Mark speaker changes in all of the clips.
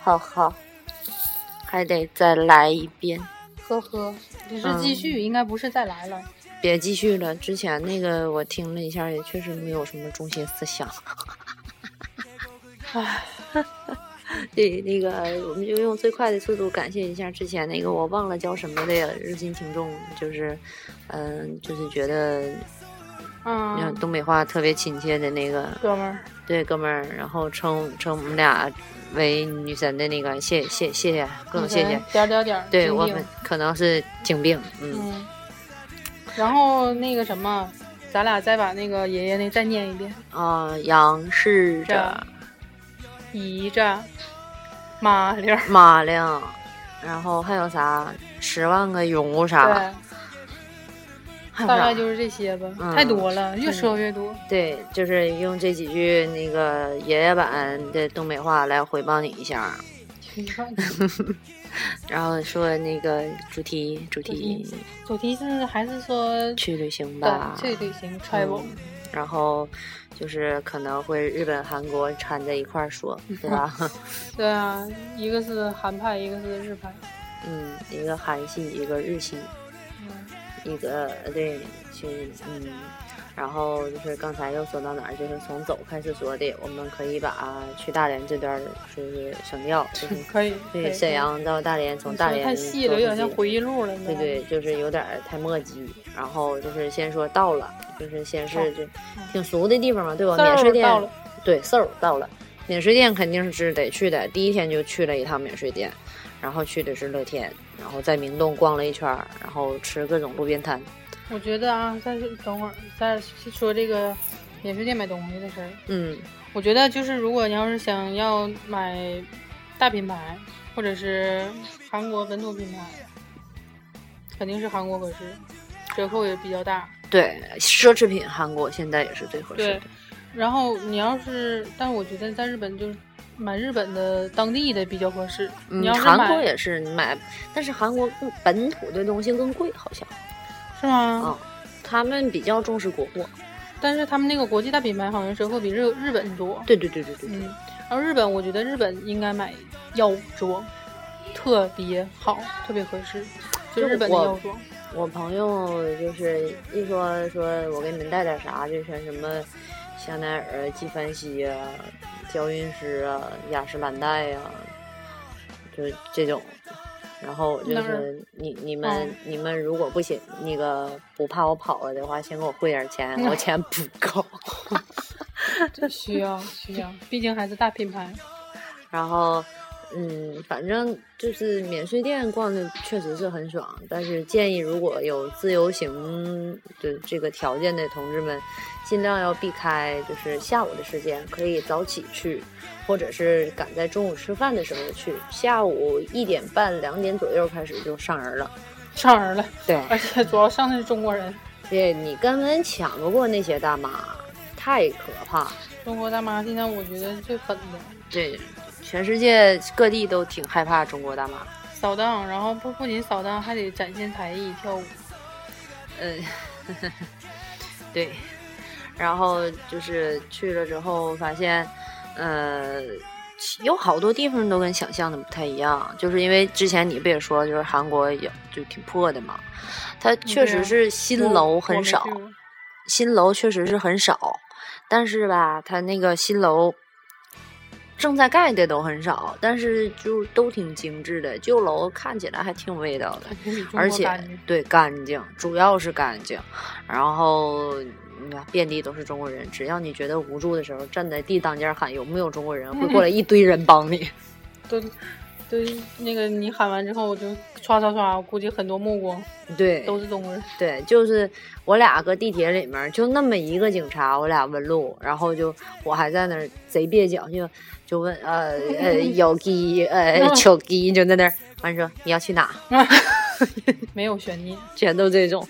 Speaker 1: 浩浩，还得再来一遍。
Speaker 2: 呵呵，你是继续，应该不是再来了。
Speaker 1: 嗯别继续了，之前那个我听了一下，也确实没有什么中心思想。 唉，对，那个我们就用最快的速度感谢一下之前那个我忘了叫什么的热心听众，就是，嗯、就是觉得像
Speaker 2: 嗯，
Speaker 1: 东北话特别亲切的那个，
Speaker 2: 哥们儿，
Speaker 1: 对哥们儿，然后称称我们俩为女神的那个，谢谢谢谢，各种谢
Speaker 2: 女
Speaker 1: 嗯谢
Speaker 2: 神。点点点儿，
Speaker 1: 对
Speaker 2: 精
Speaker 1: 我
Speaker 2: 英
Speaker 1: 们可能是精病，嗯，
Speaker 2: 嗯。然后那个什么，咱俩再把那个爷爷那再念一遍，
Speaker 1: 啊，杨氏着
Speaker 2: 着姨着，妈溜儿，
Speaker 1: 马亮，然后还有啥？十万个永啥？
Speaker 2: 对，
Speaker 1: 还有
Speaker 2: 大
Speaker 1: 啥
Speaker 2: 概？就是这些吧，
Speaker 1: 嗯
Speaker 2: 太多了，越说越多。
Speaker 1: 对，就是用这几句那个爷爷版的东北话来回报你一下，
Speaker 2: 你看，
Speaker 1: 然后说那个主题主题
Speaker 2: 主题是还是 说
Speaker 1: 去旅行
Speaker 2: 对
Speaker 1: 吧，
Speaker 2: 去旅行 travel，
Speaker 1: 嗯然后就是可能会日本、韩国掺在一块 儿说，对吧？
Speaker 2: 对啊，一个是韩派，一个是日派，
Speaker 1: 嗯，一个韩系，一个日系，
Speaker 2: 嗯，
Speaker 1: 一个呃对去嗯，然后就是刚才又说到哪儿，就是从走开始说的，我们可以把去大连这段儿就是省掉， 就是
Speaker 2: 可以，可
Speaker 1: 对
Speaker 2: 以
Speaker 1: 沈，阳到大连，从
Speaker 2: 你
Speaker 1: 大
Speaker 2: 说得
Speaker 1: 连
Speaker 2: 太细了，
Speaker 1: 坐
Speaker 2: 有点
Speaker 1: 飞
Speaker 2: 像
Speaker 1: 机
Speaker 2: 回忆录了，你知道
Speaker 1: 对
Speaker 2: 吗，
Speaker 1: 对，就是有点儿太墨迹。然后就是先说到了，就是先是
Speaker 2: 到了
Speaker 1: 这
Speaker 2: 嗯
Speaker 1: 挺熟的地方嘛，对吧？
Speaker 2: 字
Speaker 1: 免税
Speaker 2: 儿
Speaker 1: 店
Speaker 2: 到了，
Speaker 1: 对，四儿到了，免税店肯定是得去的。第一天就去了一趟免税店，然后去的是乐天，然后在明洞逛了一圈儿，然后吃各种路边摊。
Speaker 2: 我觉得啊，再等会儿再说这个免税店买东西的事儿。
Speaker 1: 嗯
Speaker 2: 我觉得就是，如果你要是想要买大品牌，或者是韩国本土品牌，肯定是韩国合适，折扣也比较大。，
Speaker 1: 对，奢侈品韩国现在也是最合适
Speaker 2: 对
Speaker 1: 的。，
Speaker 2: 然后你要是，但我觉得在日本就是买日本的当地的比较合适。
Speaker 1: 嗯
Speaker 2: 你要，是买
Speaker 1: 韩国也是你买，但是韩国更本土的东西更贵，好像
Speaker 2: 是吗？
Speaker 1: 啊、他们比较重视国货。
Speaker 2: 但是他们那个国际大品牌好像折扣比日日本多。
Speaker 1: 对对对对对对。
Speaker 2: 嗯，然后日本，我觉得日本应该买药妆，特别好，特别合适，就
Speaker 1: 就是
Speaker 2: 日本的
Speaker 1: 我
Speaker 2: 药妆。
Speaker 1: 我朋友就是一说说我给你们带点啥，就全什么香奈儿、纪梵希啊、娇韵诗啊、雅诗兰黛呀、就是这种。然后就
Speaker 2: 那
Speaker 1: 是你你们、
Speaker 2: 嗯
Speaker 1: 你们如果不行，那个不怕我跑了的话，先给我汇点钱，我钱不够。
Speaker 2: 需要需要，毕竟还是大品牌。
Speaker 1: 然后，嗯，反正就是免税店逛的确实是很爽，但是建议如果有自由行的这个条件的同志们，尽量要避开就是下午的时间，可以早起去，或者是赶在中午吃饭的时候去，下午一点半、两点左右开始就上人了。
Speaker 2: 上人了，
Speaker 1: 对，
Speaker 2: 而且主要上的是中国人，
Speaker 1: 对你根本抢不过那些大妈，太可怕了。
Speaker 2: 中国大妈现在我觉得最狠的
Speaker 1: 对，全世界各地都挺害怕中国大妈。
Speaker 2: 扫荡，然后不不仅扫荡，还得展现才艺跳舞。
Speaker 1: 嗯，对，然后就是去了之后发现，呃，有好多地方都跟想象的不太一样，就是因为之前你不也说，就是韩国有就挺破的嘛，它确实是新楼很少，
Speaker 2: 啊我没去过
Speaker 1: 新楼确实是很少，但是吧，它那个新楼正在盖的都很少，但是就都挺精致的，旧楼看起来还挺有味道的。
Speaker 2: 肯定比中国
Speaker 1: 而且
Speaker 2: 干净
Speaker 1: 对干净，主要是干净。然后你看，遍地都是中国人，只要你觉得无助的时候，站在地当间喊有没有中国人，会
Speaker 2: 嗯
Speaker 1: 过来一堆人帮你。
Speaker 2: 都都那个你喊完之后，我就刷刷刷，我估计很多目光
Speaker 1: 对
Speaker 2: 都是中 国人。
Speaker 1: 对，就是我俩搁地铁里面，就那么一个警察，我俩问路，然后就我还在那儿贼蹩脚，就就问呃 呃有鸡呃求鸡，就在那儿，完说你要去哪？
Speaker 2: 没有悬念，
Speaker 1: 全都这种。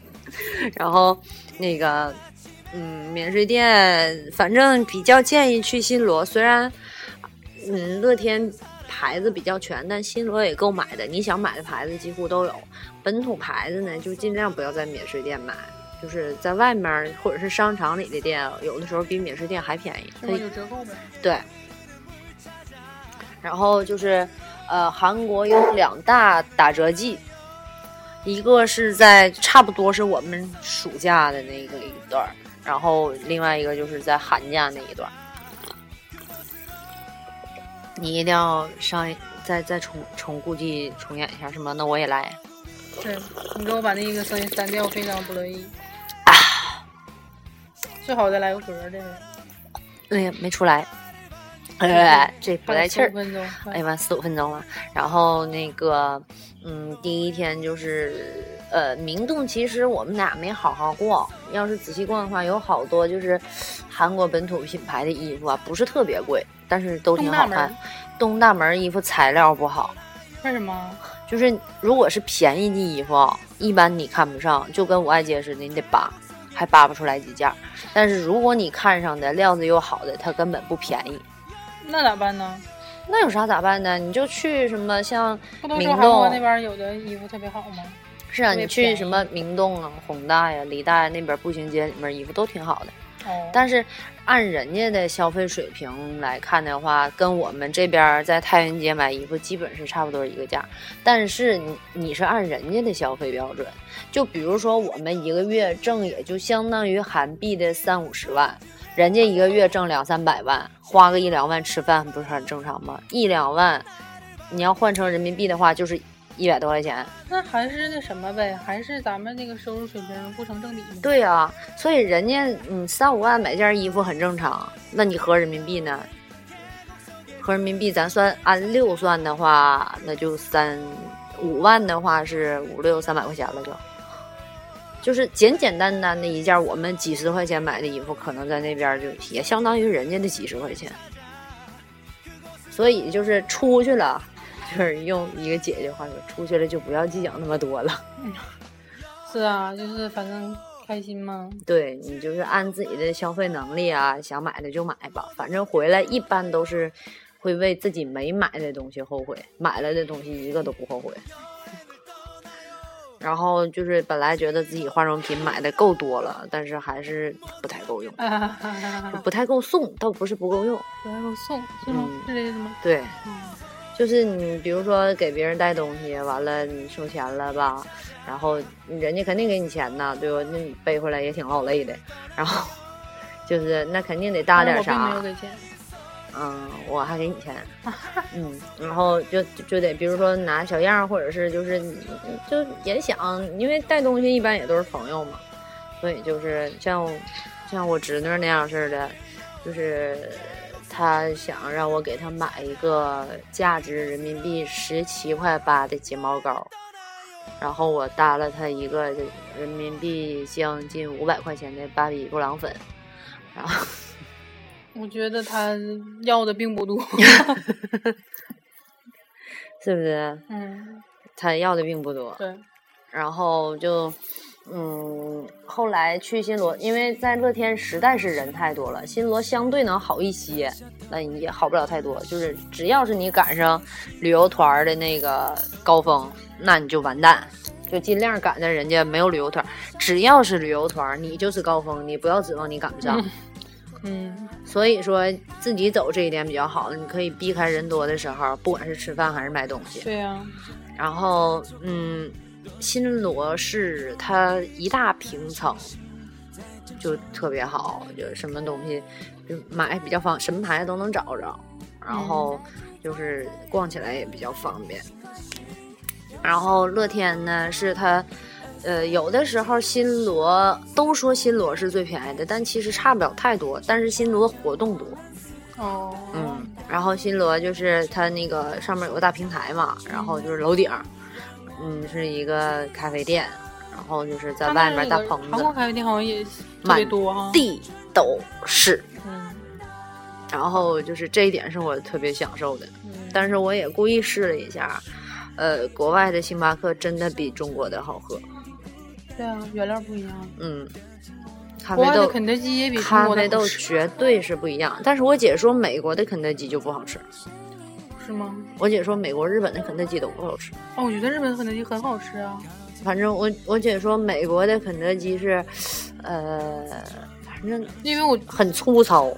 Speaker 1: 然后那个，嗯，免税店，反正比较建议去新罗，虽然，嗯，乐天牌子比较全，但新罗也够买的，你想买的牌子几乎都有。本土牌子呢，就尽量不要在免税店买。就是在外面儿或者是商场里的哎店，有的时候比免税店还便宜。
Speaker 2: 中
Speaker 1: 它
Speaker 2: 国有折扣呗。
Speaker 1: 对。然后就是，呃，韩国有两大打折季，一个是在差不多是我们暑假的那个一段儿，然后另外一个就是在寒假那一段儿。你一定要上一再再重重故伎重演一下是吗？那我也来。
Speaker 2: 对你给我把那个声音删掉，我非常不乐意。
Speaker 1: 啊
Speaker 2: 最好再来个盒儿这个，
Speaker 1: 哎呀，没出来， 哎，这不
Speaker 2: 还
Speaker 1: 带
Speaker 2: 有
Speaker 1: 气儿
Speaker 2: 15。分钟，
Speaker 1: 哎呀妈，四五分钟了。然后那个，嗯，第一天就是，呃，明洞其实我们俩没好好逛。要是仔细逛的话，有好多就是韩国本土品牌的衣服啊，不是特别贵，但是都挺
Speaker 2: 东大
Speaker 1: 好
Speaker 2: 门
Speaker 1: 看。东大门衣服材料不好，
Speaker 2: 为什么？
Speaker 1: 就是如果是便宜的衣服啊，一般你看不上，就跟我爱街似的，你得扒，还扒不出来几件儿。但是如果你看上的料子又好的，它根本不便宜。
Speaker 2: 那咋办呢？
Speaker 1: 那有啥咋办呢？你就去什么像
Speaker 2: 不都
Speaker 1: 明
Speaker 2: 说韩国
Speaker 1: 洞
Speaker 2: 那边儿有的衣服特别好吗？
Speaker 1: 是啊，
Speaker 2: 特别
Speaker 1: 你去
Speaker 2: 便
Speaker 1: 什
Speaker 2: 宜
Speaker 1: 么明洞啊、宏大呀、梨大呀那边步行街里面衣服都挺好的，
Speaker 2: 哦，
Speaker 1: 但是按人家的消费水平来看的话，跟我们这边在太原街买衣服基本是差不多一个价。但是你你是按人家的消费标准，就比如说我们一个月挣也就相当于韩币的三五十万，人家一个月挣两三百万，花个一两万吃饭不是很正常吗？一两万，你要换成人民币的话，就是一百多块钱。
Speaker 2: 那还是那什么呗，还是咱们那个收入水平不成正比嘛。
Speaker 1: 对呀、所以人家嗯三五万买件衣服很正常，那你合人民币呢？合人民币咱算按六算的话，那就三五万的话是五六三百块钱了就。就是简简单单的一件我们几十块钱买的衣服，可能在那边就也相当于人家的几十块钱。所以就是出去了，就是用一个姐姐话说，出去了就不要计较那么多了。
Speaker 2: 是啊，就是反正开心嘛。
Speaker 1: 对你就是按自己的消费能力啊，想买的就买吧，反正回来一般都是会为自己没买的东西后悔，买了的东西一个都不后悔。然后就是本来觉得自己化妆品买的够多了，但是还是不太够用，
Speaker 2: 啊哈哈哈哈
Speaker 1: 就
Speaker 2: 哈！
Speaker 1: 不太够送，倒不是不够用。
Speaker 2: 然后送是吗？
Speaker 1: 嗯
Speaker 2: 是这意思吗？
Speaker 1: 对，
Speaker 2: 嗯，
Speaker 1: 就是你比如说给别人带东西，完了你收钱了吧，然后人家肯定给你钱呐，对吧？那你背回来也挺劳累的，然后 就是那肯定得搭点
Speaker 2: 但是我并
Speaker 1: 啥
Speaker 2: 没，有给钱。
Speaker 1: 嗯，我还给你钱，嗯，然后就就得比如说拿小样儿，或者是就是你就也想，因为带东西一般也都是朋友嘛，所以就是像像我侄女那样似的，就是她想让我给她买一个价值人民币十七块八的睫毛膏，然后我搭了她一个人民币将近五百块钱的芭比布朗粉，然后。
Speaker 2: 我觉得他要的并不 多。
Speaker 1: 是不是？
Speaker 2: 嗯，
Speaker 1: 她要的并不多。
Speaker 2: 对，
Speaker 1: 然后就，嗯，后来去新罗，因为在乐天实在是人太多了，新罗相对能好一些，但也好不了太多。就是只要是你赶上旅游团儿的那个高峰，那你就完蛋。就尽量赶在人家没有旅游团儿，只要是旅游团儿，你就是高峰，你不要指望你赶不上。
Speaker 2: 嗯，
Speaker 1: 所以说自己走这一点比较好，你可以避开人多的时候，不管是吃饭还是买东西。
Speaker 2: 对啊呀、
Speaker 1: 然后，嗯，新罗是它一大平层，就特别好，就什么东西就买比较方，什么牌子都能找着，然后就是逛起来也比较方便。然后乐天呢是它。呃，有的时候新罗都说新罗是最便宜的，但其实差不了太多。但是新罗活动多，
Speaker 2: 哦，
Speaker 1: 嗯，然后新罗就是它那个上面有个大平台嘛，然后就是楼顶儿，嗯，是一个咖啡店，然后就是在
Speaker 2: 他
Speaker 1: 外
Speaker 2: 那
Speaker 1: 面
Speaker 2: 个
Speaker 1: 搭棚
Speaker 2: 韩
Speaker 1: 子
Speaker 2: 国，咖啡店好像也特别
Speaker 1: 满
Speaker 2: 多哈。
Speaker 1: 地都是。
Speaker 2: 嗯
Speaker 1: 然后就是这一点是我特别享受的，
Speaker 2: 嗯，
Speaker 1: 但是我也故意试了一下，呃，国外的星巴克真的比中国的好喝，
Speaker 2: 对啊，原料不一样。
Speaker 1: 嗯，咖
Speaker 2: 国
Speaker 1: 啡
Speaker 2: 外的
Speaker 1: 豆。
Speaker 2: 肯德基也比中
Speaker 1: 咖
Speaker 2: 国的
Speaker 1: 啡
Speaker 2: 好
Speaker 1: 豆
Speaker 2: 吃，
Speaker 1: 绝对是不一样，但是我姐说美国的肯德基就不好吃，
Speaker 2: 是吗？
Speaker 1: 我姐说美国、日本的肯德基都不好吃。
Speaker 2: 哦，我觉得日本肯德基很好吃啊。
Speaker 1: 反正我我姐说美国的肯德基是，呃，反正
Speaker 2: 因为我
Speaker 1: 很粗糙，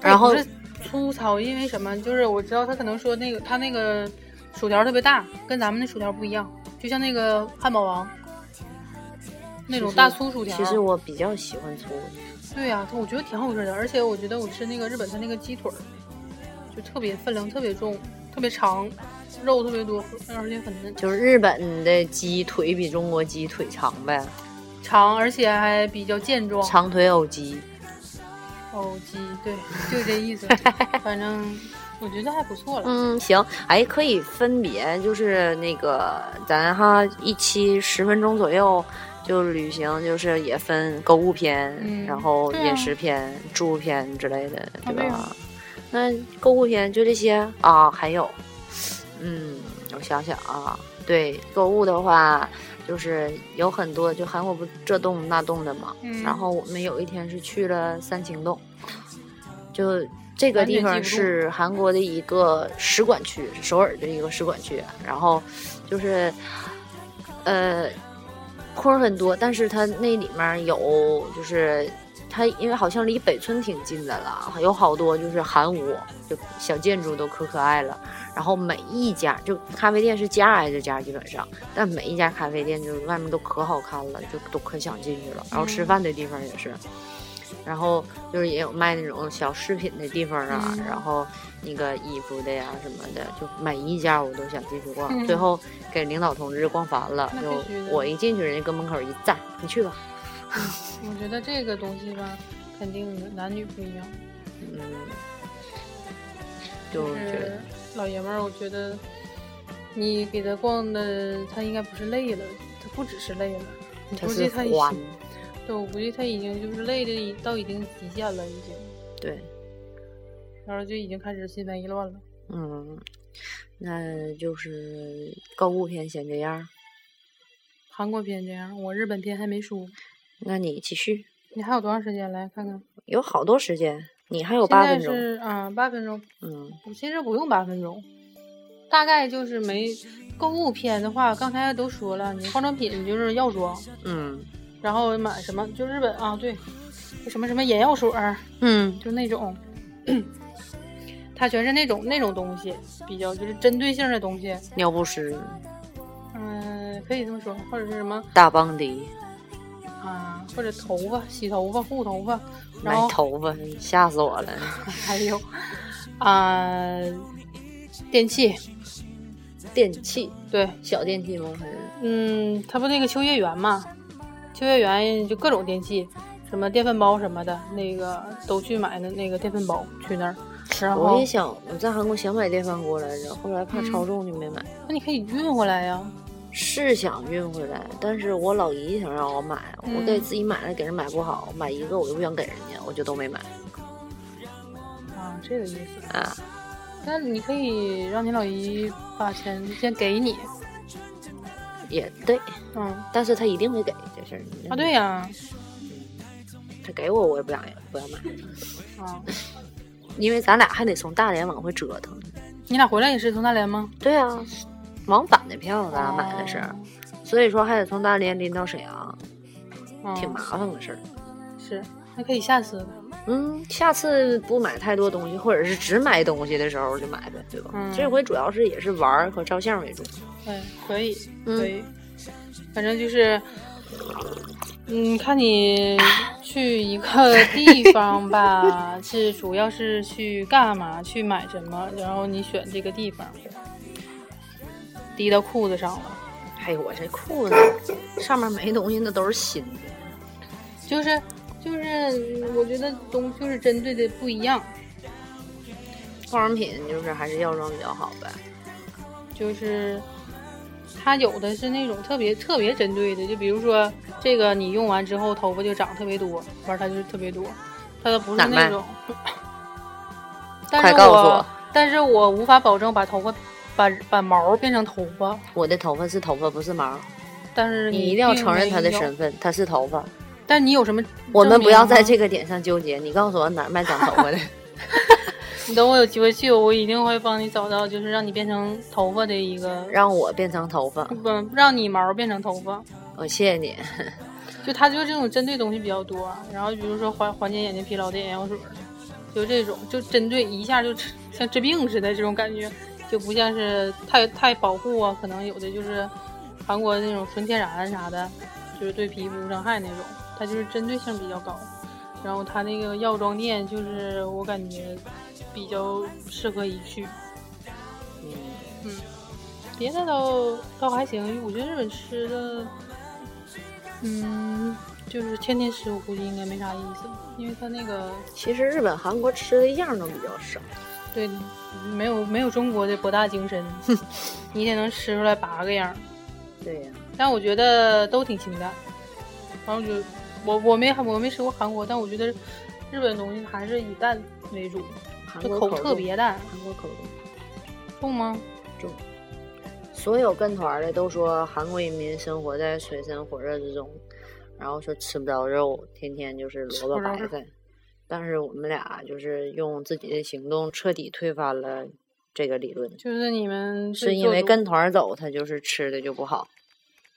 Speaker 1: 然后
Speaker 2: 也不是粗糙，因为什么？就是我知道他可能说那个他那个薯条特别大，跟咱们的薯条不一样，就像那个汉堡王那种大粗薯条。
Speaker 1: 其实我比较喜欢粗的。
Speaker 2: 对呀、它我觉得挺好吃的，而且我觉得我吃那个日本它那个鸡腿儿，就特别分量特别重，特别长，肉特别多，而且很嫩，
Speaker 1: 就是日本的鸡腿比中国鸡腿长呗，
Speaker 2: 长而且还比较健壮。
Speaker 1: 长腿偶鸡。
Speaker 2: 哦，鸡对，就这意 思。反正我觉得还不错了。
Speaker 1: 嗯，行，哎，可以分别就是那个咱哈一期十分钟左右。就旅行，就是也分购物篇，
Speaker 2: 嗯
Speaker 1: 然后
Speaker 2: 对啊
Speaker 1: 饮食篇、住篇之类的，对吧？
Speaker 2: 对啊
Speaker 1: 那购物篇就这些啊，还有，嗯，我想想啊，对，购物的话，就是有很多，就韩国不这洞那洞的嘛。
Speaker 2: 嗯
Speaker 1: 然后我们有一天是去了三清洞，就这个
Speaker 2: 完全
Speaker 1: 地
Speaker 2: 记
Speaker 1: 方
Speaker 2: 不住
Speaker 1: 是韩国的一个使馆区，是首尔的一个使馆区。然后就是，呃，坡儿很多，但是它那里面有就是。它因为好像离北村挺近的了，有好多就是韩屋，就小建筑都可可爱了。然后每一家就咖啡店是家挨着家，基本上，但每一家咖啡店就是外面都可好看了，就都可想进去了。然后
Speaker 2: 嗯
Speaker 1: 吃饭的地方也是，然后就是也有卖那种小饰品的地方啊，
Speaker 2: 嗯
Speaker 1: 然后那个衣服的呀什么的，就每一家我都想进去逛。
Speaker 2: 嗯
Speaker 1: 最后给领导同志逛烦了，
Speaker 2: 那必
Speaker 1: 就
Speaker 2: 须的
Speaker 1: 我一进去，人家跟门口一站，你去吧。
Speaker 2: 我觉得这个东西吧，肯定男女不一样。
Speaker 1: 嗯，就
Speaker 2: 就
Speaker 1: 觉得
Speaker 2: 是老爷们儿，我觉得你给他逛的，他应该不是累了，他不只是累了，我
Speaker 1: 他
Speaker 2: 估计
Speaker 1: 是
Speaker 2: 他已
Speaker 1: 欢
Speaker 2: 经，，对，我估计他已经就是累的已到已经极限了，已经，
Speaker 1: 对。
Speaker 2: 然后就已经开始心烦意乱了。
Speaker 1: 嗯，那就是购物篇先这样儿。
Speaker 2: 韩国片这样，我日本片还没输，
Speaker 1: 那你继续，
Speaker 2: 你还有多长时间？来看看，
Speaker 1: 有好多时间，你还有
Speaker 2: 现
Speaker 1: 八
Speaker 2: 在
Speaker 1: 分钟。
Speaker 2: 是啊，八分钟，
Speaker 1: 嗯，
Speaker 2: 我其实不用八分钟，大概就是没购物片的话，刚才都说了，你化妆品就是药妆，
Speaker 1: 嗯
Speaker 2: 然后买什么就日本啊，对，就什么什么眼药水儿，
Speaker 1: 嗯
Speaker 2: 就那种， 它全是那种那种东西，比较就是针对性的东西，
Speaker 1: 尿不湿、
Speaker 2: 嗯、可以这么说，或者是什么
Speaker 1: 大邦迪、
Speaker 2: 啊，或者头发、洗头发、护头发，然
Speaker 1: 买
Speaker 2: 后
Speaker 1: 头发，吓死我了。
Speaker 2: 还有啊、电器，
Speaker 1: 电器，
Speaker 2: 对，
Speaker 1: 小电器吗？还是
Speaker 2: 嗯，它不那个秋叶原嘛，秋叶原就各种电器，什么电饭煲什么的，那个都去买的那个电饭煲去那儿，然
Speaker 1: 我
Speaker 2: 后嗯
Speaker 1: 也想，我在韩国想买电饭锅来着，后来怕超重就没买。
Speaker 2: 那你可以运回来呀，
Speaker 1: 是想运回来，但是我老姨想让我买，我
Speaker 2: 嗯
Speaker 1: 给自己买了，给人买不好，买一个我又不想给人家，我就都没买
Speaker 2: 啊，这个意思。
Speaker 1: 啊。
Speaker 2: 那你可以让你老姨把钱先给你，
Speaker 1: 也对，
Speaker 2: 嗯
Speaker 1: 但是他一定会给这事儿。你
Speaker 2: 啊，对呀、
Speaker 1: 他给我我也不想要，不要买，
Speaker 2: 啊，
Speaker 1: 因为咱俩还得从大连往回折腾。
Speaker 2: 你俩回来也是从大连吗？
Speaker 1: 对啊，哦往返的票咱俩啊买的是，所以说还得从大连拎到沈阳，
Speaker 2: 哦，
Speaker 1: 挺麻烦个事儿。
Speaker 2: 是，那可以下次，
Speaker 1: 嗯，下次不买太多东西，或者是只买东西的时候就买呗，对吧？
Speaker 2: 嗯
Speaker 1: 这回主要是也是玩儿和照相为主。
Speaker 2: 对，可以，
Speaker 1: 嗯
Speaker 2: 可以，反正就是，嗯，看你去一个地方吧，是主要是去干嘛，去买什么，然后你选这个地方，滴到裤子上了。
Speaker 1: 哎呦，我这裤子上面没东西，那都是新的。
Speaker 2: 就是就是，嗯我觉得东就是针对的不一样，
Speaker 1: 化妆品就是还是药妆比较好呗。
Speaker 2: 就是它有的是那种特别特别针对的，就比如说这个你用完之后头发就长特别多，完它就是特别多，它都不
Speaker 1: 哪
Speaker 2: 是
Speaker 1: 儿
Speaker 2: 那
Speaker 1: 卖
Speaker 2: 种。但
Speaker 1: 快
Speaker 2: 是
Speaker 1: 告诉
Speaker 2: 我
Speaker 1: 我，
Speaker 2: 但是我无法保证把头发把把毛变成头发，
Speaker 1: 我的头发是头发，不是毛。
Speaker 2: 但是
Speaker 1: 你
Speaker 2: 你
Speaker 1: 一定要承认
Speaker 2: 并
Speaker 1: 他的
Speaker 2: 没有
Speaker 1: 身份，他是头发。
Speaker 2: 但你有什么？
Speaker 1: 我们不要在这，个点上纠结。你告诉我哪儿卖长头发 的？
Speaker 2: 你等我有机会去，我一定会帮你找到，就是让你变成头发的一个，
Speaker 1: 让我变成头发，
Speaker 2: 不让你毛变成头发。
Speaker 1: 我谢谢你。
Speaker 2: 啊就他就是这种针对东西比较多，然后比如说缓缓解眼睛疲劳的眼药水儿，就这种，就针对一下就吃像治病似的这种感觉，就不像是太太保护啊，可能有的就是韩国那种纯天然啥的，就是对皮肤无伤害那种，它就是针对性比较高。然后它那个药妆店就是我感觉比较适合一去，嗯，别的倒倒还行，我觉得日本吃的，嗯，就是天天吃，我估计应该没啥意思，因为它那个
Speaker 1: 其实日本、韩国吃的样儿都比较少。
Speaker 2: 对没有没有中国的博大精 深，你一天能吃出来八个样儿，
Speaker 1: 对呀、
Speaker 2: 但我觉得都挺清淡。然后就我我没我没吃过韩国，但我觉得日本东西还是以淡为主，
Speaker 1: 韩
Speaker 2: 就
Speaker 1: 国
Speaker 2: 口
Speaker 1: 口
Speaker 2: 特
Speaker 1: 重，
Speaker 2: 别淡，
Speaker 1: 韩国口重。
Speaker 2: 重吗？
Speaker 1: 所有跟团儿的都说韩国人民生活在水深火热之中，然后说吃不着肉，天天就是萝卜
Speaker 2: 吃不着
Speaker 1: 白
Speaker 2: 肉
Speaker 1: 菜。但是我们俩就是用自己的行动彻底推翻了这个理论，
Speaker 2: 就是你们对
Speaker 1: 是因
Speaker 2: 做
Speaker 1: 为
Speaker 2: 主
Speaker 1: 跟团儿走，他就是吃的就不好。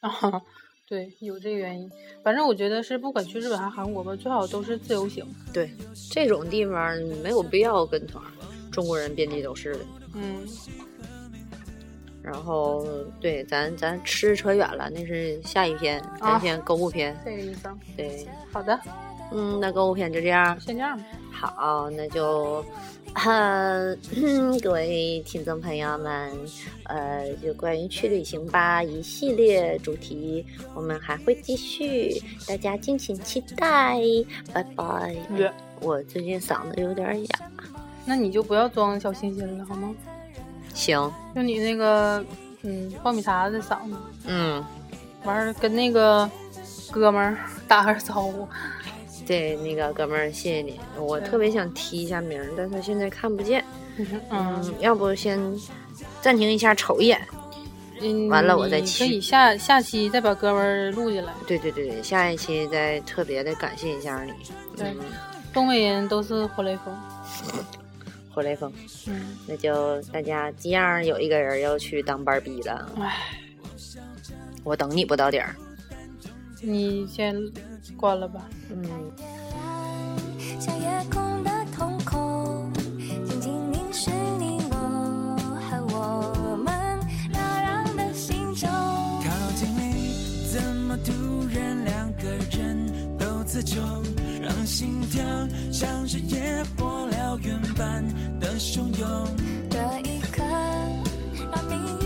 Speaker 2: 啊， 对，有这个原因。反正我觉得是，不管去日本还是韩国吧，最好都是自由行。
Speaker 1: 对，这种地方儿没有必要跟团儿，中国人遍地都是的。
Speaker 2: 嗯，
Speaker 1: 然后对，咱咱吃扯远了，那是下一篇，咱
Speaker 2: 啊
Speaker 1: 先购物篇。
Speaker 2: 这个意思啊。
Speaker 1: 对，
Speaker 2: 好的，
Speaker 1: 嗯，那购物篇就这样。
Speaker 2: 先这样吧。
Speaker 1: 好，那就，呃，各位听众朋友们，呃，就关于去旅行吧一系列主题，我们还会继续，大家敬请期待，拜拜。哎
Speaker 2: 约，
Speaker 1: 我最近嗓子有点哑，
Speaker 2: 嗯那你就不要装小清新了，好吗？
Speaker 1: 行，
Speaker 2: 就你那个，嗯，爆米碴子嗓子，
Speaker 1: 嗯，
Speaker 2: 完事儿跟那个哥们儿 打个招呼。
Speaker 1: 对，那个哥们儿，谢谢你，我
Speaker 2: 对
Speaker 1: 特别想提一下名儿，但是现在看不见，
Speaker 2: 嗯
Speaker 1: 嗯，要不先暂停一下瞅一眼。
Speaker 2: 嗯，
Speaker 1: 完了我再
Speaker 2: 你
Speaker 1: 去
Speaker 2: 可以下下期再把哥们儿录进来。
Speaker 1: 对对对，下一期再特别的感谢一下你，
Speaker 2: 对
Speaker 1: 嗯，
Speaker 2: 东北人都是活雷锋。
Speaker 1: 活雷锋。
Speaker 2: 嗯，
Speaker 1: 那就大家这样，有一个人要去当班儿逼了，
Speaker 2: 唉，
Speaker 1: 我等你不到点儿。
Speaker 2: 你先关了吧。
Speaker 1: 嗯，
Speaker 3: 像夜空的瞳孔，静静凝视你我和我们扰攘的心中。
Speaker 4: 靠近你，怎么突然两个人都自重，让心跳像是野火燎原般的汹涌。
Speaker 3: 这一刻，让你